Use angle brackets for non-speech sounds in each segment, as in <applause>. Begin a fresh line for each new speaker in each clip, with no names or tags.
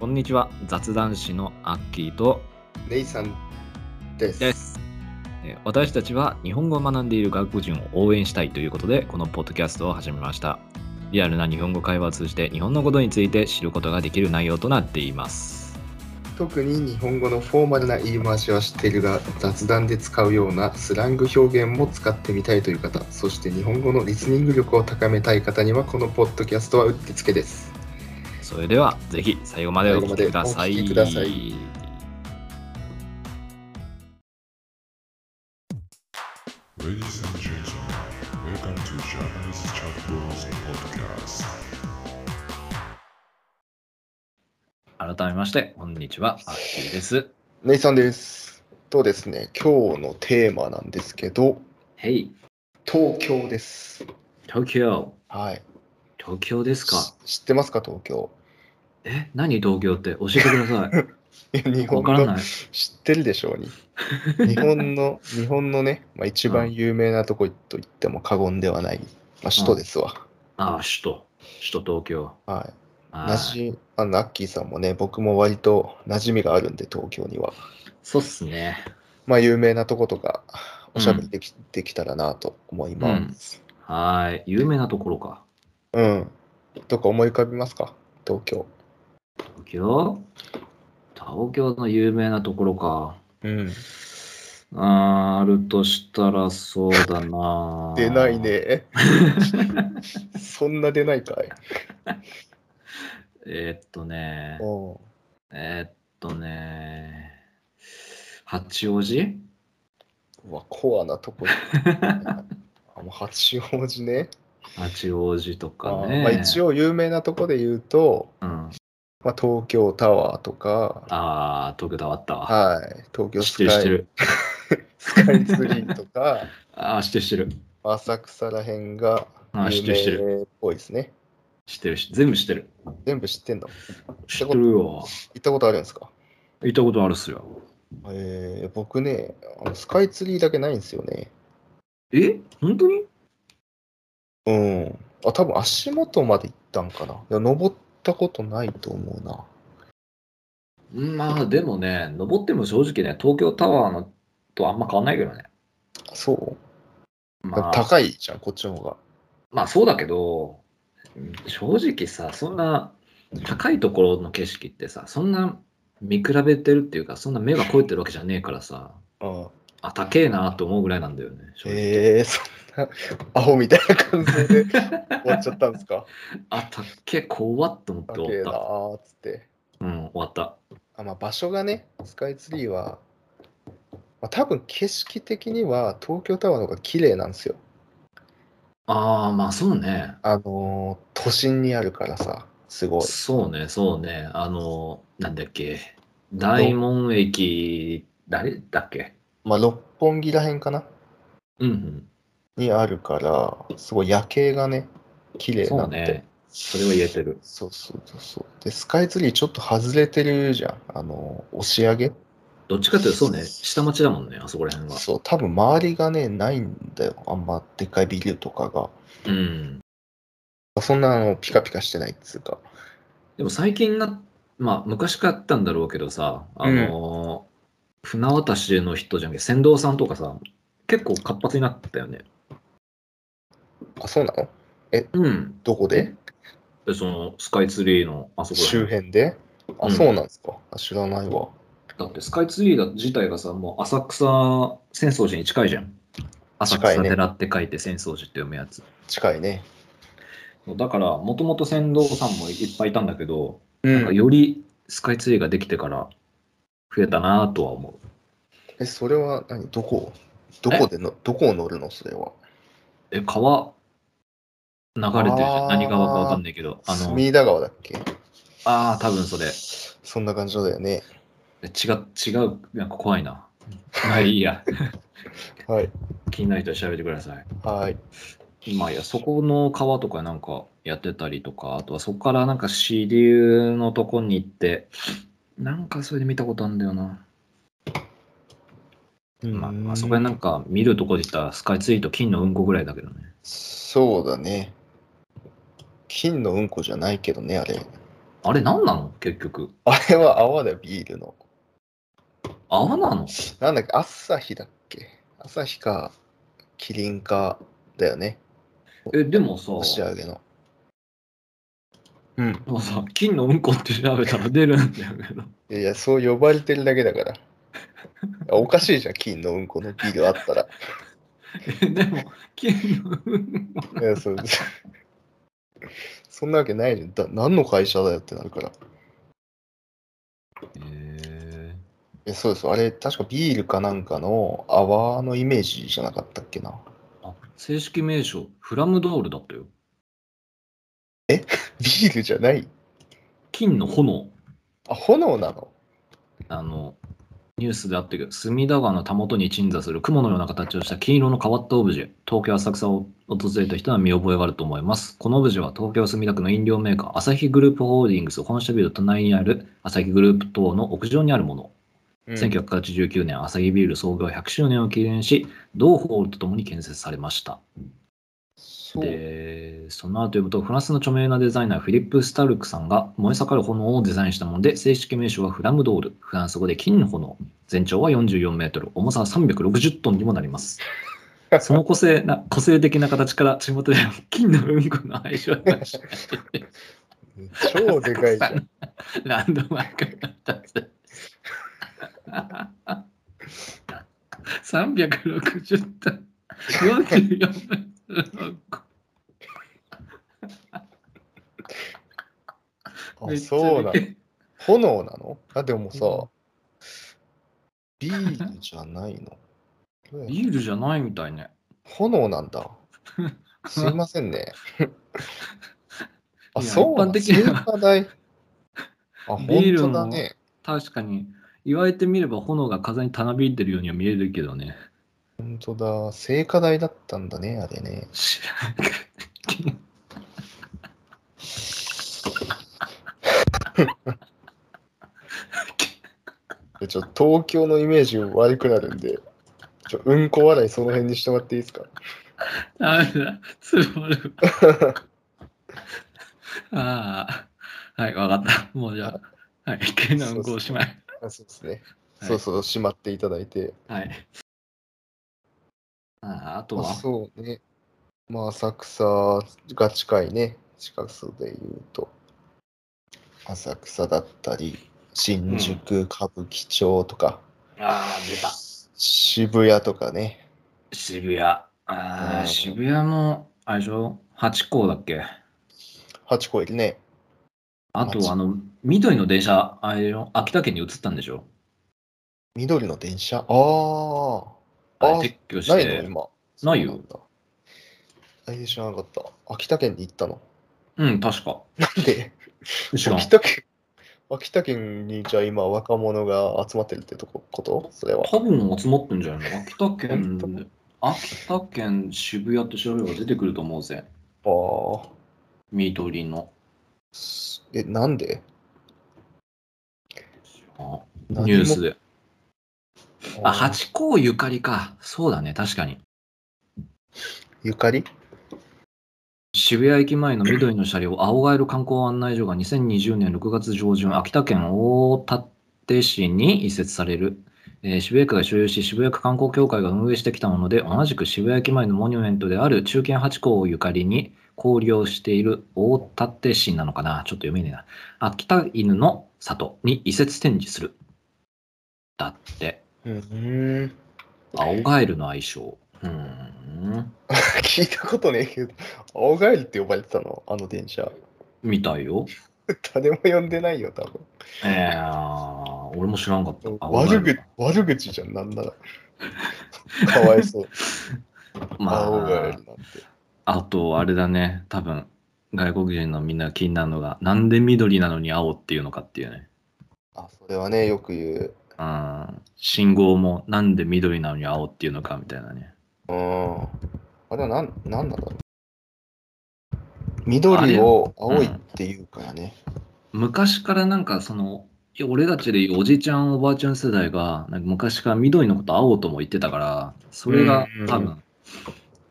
こんにちは雑談師のアッキーと
レイさんです。
すえー私たちは日本語を学んでいる外国人を応援したいということでこのポッドキャストを始めましたリアルな日本語会話を通じて日本のことについて知ることができる内容となっています
特に日本語のフォーマルな言い回しは知っているが、雑談で使うようなスラング表現も使ってみたいという方、そして日本語のリスニング力を高めたい方には、このポッドキャストはうってつけです。
それではぜひ最後までお聞きください
最後までお聞きください
Ladies and gentlemen, welcome to Japanese Chat Bros Podcast.
改めましてこんにちはアッキーです
レイさんです。とですね、今日のテーマなんですけど、
Hey
東京です。
東京
はい。
東京ですか
し知ってますか、東京。 <laughs>
え何東京って教えてください
いや日
わ
本
から
の
ない
知ってるでしょうに。日本 <laughs> の、日本のね、まあ、一番有名なとここと言っても過言ではない、まあ、首都ですわ。
ああ首都首都東京
はい。
あ
な
ー
じあのアッキーさんもね、僕も割と馴染みがあるんで、東京には。
そうっすね
まあ、有名なとことか、おしゃべりでき,、できたらなと思います。
はーい有名なところか
うん。どこ思い浮かびますか東京。
東京東京の有名なところか。
うん。
あーあるとしたらそうだな。
出ない。 <laughs> ね。そんな出ない <laughs> かい。
えーっとね、
おう
えーっとね、八王子
うわ、コアなとこ。 <laughs> あもう八王子ね。
八王子と
あ
か
ー
ね。
まあ、一
応。
応有名なとこで言うと、
うん、
まあ、東京タワーとか、
ああ、東京タワーあったわ。
はい、東
知
京
っ
ス
てる知っ
カ
て
イ
る。
スカイツリーと
<laughs>
か、
ああ、知ってる知ってる。
浅草らへんが
あ知ってる知って
有
る
名っぽいですね。
知ってるし、全部知ってる。
全部知ってんの
知ってるよ。
行ったことあるんですか
行ったことあるっすよ。
えー、僕ねあの、スカイツリーだけないんですよね。
え本当に
うん。あ、多分足元まで行ったんかな。いや、登ったことないと思うな。
まあでもね、登っても正直ね、東京タワーのとあんま変わんないけどね。
そう。
まあ、
高いじゃん、こっちの方が。
まあそうだけど、うん正直さ、そんな高いところの景色ってさ、そんな見比べてるっていうか、そんな目が肥えてるわけじゃねえからさ、
あ
あ、高えなと思うぐらいなんだよね、正直。
えー、そんな、アホみたいな感じ
<laughs>
で終わっちゃったんですか
あ、高え、怖っと思って
高
終
えな
わっ
ーっつって。
た。うん、終わった。
あまあ、場所がね、スカイツリーは、まあ、多分景色的には東京タワーの方が綺麗なんですよ。
ああ、まあそうね。
あのー都心にあるからさ、すごい。
そうね、そうね。あの、なんだっけ、大門駅、誰だっけ
まあ、六本木らへんかな
うんうん。
にあるから、すごい夜景がね、綺麗
そ
な
うん
で。
ね。それは言えてる。
そうそうそうそう。で、スカイツリーちょっと外れてるじゃん。あのー押し上げ。
どっちかというとそうね、下町だもんね、あそこら辺は。
そう、多分周りがね、ないんだよ。あんまでっかいビルとかが。
うん。
そんなあのピカピカしてないっつうか。
でも最近な、まあ昔からあったんだろうけどさ、あのー船渡しの人じゃんけ、船頭さんとかさ、結構活発になったよね。
あ、そうなの
うん。
どこで
でそのスカイツリーのあそこら
周
辺
辺であ、
うん
そうなんですか。あ知らないわ。
だってスカイツリーが自体がさ、もう浅草、浅草寺に近いじゃん。浅
近い
草
ね
寺って書いて浅草寺って読むやつ。
近いね。
だから、もともと船頭さんもいっぱいいたんだけど、
う
なんかよりスカイツリーができてから増えたなとは思う。
え、それは何どこどこでの、どこを乗るのそれは。
え、川、流れてるじゃ
あー
ん。何川かわかんないけど。あの、
隅田川だっけ
ああ、多分それ。
そんな感じのだよね。
え違う、違う、なんか怖い
<laughs>
な。まあいいや。
はい。
気になる人は調べてください。
はい。
まあいいや、そこの川とかなんかやってたりとか、あとはそこからなんか支流のとこに行って、なんかそれで見たことあるんだよな。まあ、まあそこで
うーん
なんか見るとこで言ったらスカイツリーと金のうんこぐらいだけどね。
そうだね。金のうんこじゃないけどね、あれ。
あれ何なの結局。
あれは泡だよ、ビールの。
泡なの
なんだっけ、朝日だっけ朝日か、キリンかだよね、
え、でもさ、
押し上げの。うん。
でもさ、金のうんこって調べたら出るんだよ
<laughs>
ね。
いやいや、そう呼ばれてるだけだから。おかしいじゃん、金のうんこのビールあったら。
えでも、金のうんこ。
いやそう <laughs> そんなわけないじゃん。だ何の会社だよってなるから。い
え
やそうです。あれ、確かビールかなんかの泡のイメージじゃなかったっけな。
あ正式名称、フラムドールだったよ。
ビールじゃない。
金の炎。
あ、炎なの
あの、ニュースであったけど、隅田川のたもとに鎮座する雲のような形をした金色の変わったオブジェ。東京浅草を訪れた人は見覚えがあると思います。このオブジェは東京墨田区の飲料メーカー、アサヒグループホールディングス本社ビル隣にあるアサヒグループ棟の屋上にあるもの。
うん
1989年、アサヒビール創業100周年を記念し、同ホールとともに建設されました。
そう。
で、その後読むと、フランスの著名なデザイナー、フィリップ・スタルクさんが燃え盛る炎をデザインしたもので、正式名称はフラムドール、フランス語で金の炎、全長は44メートル、重さは360トンにもなり
<laughs>
ます。その個性な個性的な形から、地元では金のうんこの愛称が知られて
超でか
<laughs>
いじゃん。
ランドマークだったぜ。360トン、44メートルの
あ、そうなの。炎なのあ、でもさ、ビールじゃないの。
ビールじゃないみたいね。
炎なん
<laughs>
だ。すいませんね。あ、
いや
そうな
一般
の
的
ス
には
ーパ
<laughs>
ー代。あ、
ビー
本
ル
当
の
だね。
確かに、言われてみれば炎が風にたなびいてるようには見えるけどね。
本当だ。聖火台だったんだね、あれね。
知らなかった
ちょっと東京のイメージ悪くなるんで、ちょうんこ笑いその辺にしてもらっていいですか。
ダメだ、つぼるわ。ああ、はい、わかった。もうじゃあ、はい、一回の運行おしまい。
あそうですね。
はい
そうそう、しまっていただいて。
はい。ああ、あと
まあ、
は、
そうね。まあ、浅草が近いね。近くで言うと。浅草だったり、新宿、歌舞伎町とか、
ああ、出た。
渋谷とかね。
渋谷。ああ
う、ん
渋谷も、あれでしょ、八甲だっけ。
八個いるね。
あと
八、甲
あの、緑の電車、あれよ、秋田県に移ったんでしょ
緑の電車。ああ。
あれ
あ
撤去し
ないの
て。
今。
ないよ
そうなんだ。あれ知らなかった。秋田県に行った
<laughs>
の。
うん、確か。
なんで
知らん
秋田県、秋田県にじゃあ今若者が集まってるってとこことそれは。
多分集まってんじゃないの秋田県
本当、
秋田県渋谷って調べれば出てくると思うぜ。
ああ。
緑の。
え、なんで
あニュースで。
何も
あ、八甲ゆかりか。そうだね、確かに。
ゆかり
渋谷駅前の緑の車両、青ガエル観光案内所が2020年6月上旬、秋田県大館市に移設される。えー渋谷区が所有し、渋谷区観光協会が運営してきたもので、同じく渋谷駅前のモニュメントである中堅八甲をゆかりに交流をしている大館市なのかなちょっと読めねえな。秋田犬の里に移設展示する。だって、
うん。
青ガエルの愛称。うーん、
聞いたことねえけど、青ガエルって呼ばれてたのあの電車。 <laughs>
みたいよ。
誰も呼んでないよ、多分。
えー、俺も知らんかった。青ガエ
悪
ル
口悪口じゃん、なんなら。 <laughs> かわいそう。青ガエル
<laughs>
な
ま
んて。
あ、あと、あれだね、多分外国人のみんな気になるのが、なんで緑なのに青っていうのかっていうね。
あ、それはね、よく言う。
うん、信号もなんで緑なのに青っていうのかみたいなね。
うん。あれはなんなんなんだろう。緑を青いって言うからね。
昔からなんかその、いや俺たちでいうおじちゃん、おばあちゃん世代が、なんか昔から緑のこと青とも言ってたから、それが
うん
多分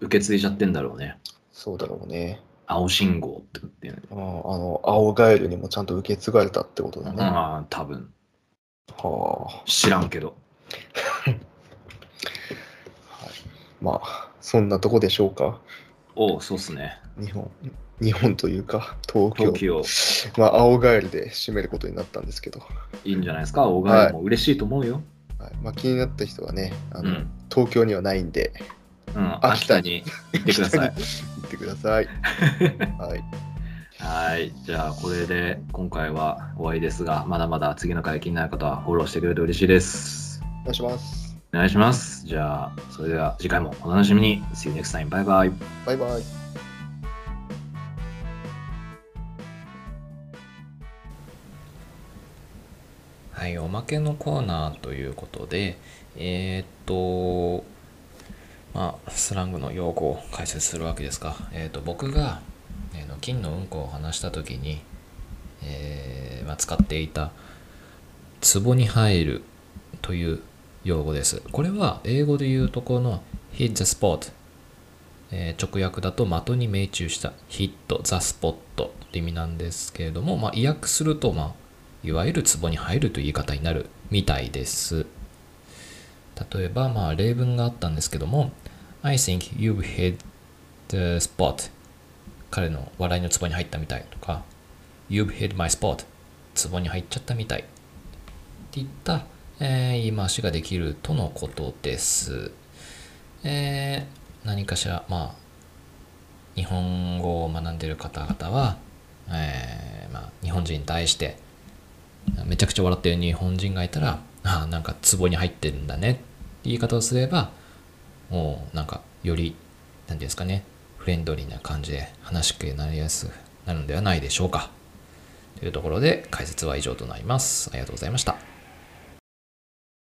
受け継いじゃってんだろうね。
そうだろうね。
青信号って言ってる、ね。
あの、青ガエルにもちゃんと受け継がれたってことだね。は
ああ、多分。
あ。
知らんけど。
まあ、そんなとこでしょうか。
おう、そうっすね。
日本。日本というか、東京。
東京、
まあ、青ガエルで締めることになったんですけど、はい
いんじゃないですか。大金も嬉しいと思うよ。
いまあ、気になった人はねあ
う
の、
ん。
東京にはないんで、
うん。
秋
秋
田
田に行ってください。
行ってく
<laughs>
ださい。はい。
はい。じゃあ、これで今回は終わりですが、まだまだ次の回気になる方はフォローしてくれると嬉しいです。
お願いします。
お願いします。じゃあ、それでは次回もお楽しみに。See you next time. Bye bye.
バイバイ。
はい、おまけのコーナーということで、えーっと、まあ、スラングの用語を解説するわけですが、えーっと、僕が、えーの金のうんこを話したときに、えーまあ、使っていた、壺に入るという用語です。これは、英語で言うところの hit the spot。えー直訳だと的に命中したヒット、ザスポットって意味なんですけれども、まあ、意訳すると、まあ、いわゆる壺に入るという言い方になるみたいです。例えば、まあ、例文があったんですけども、I think you've hit the spot. 彼の笑いの壺に入ったみたいとか、You've hit my spot. 壺に入っちゃったみたい。っていった、えー言い回しができるとのことです。えー何かしら、まあ、日本語を学んでいる方々は、えーまあ、日本人に対して、めちゃくちゃ笑ってる日本人がいたら、ああ、なんか壺に入ってるんだねって言い方をすれば、もうなんかより、なんていうんですかね、フレンドリーな感じで話しくなりやすくなるのではないでしょうか。というところで解説は以上となります。ありがとうございました。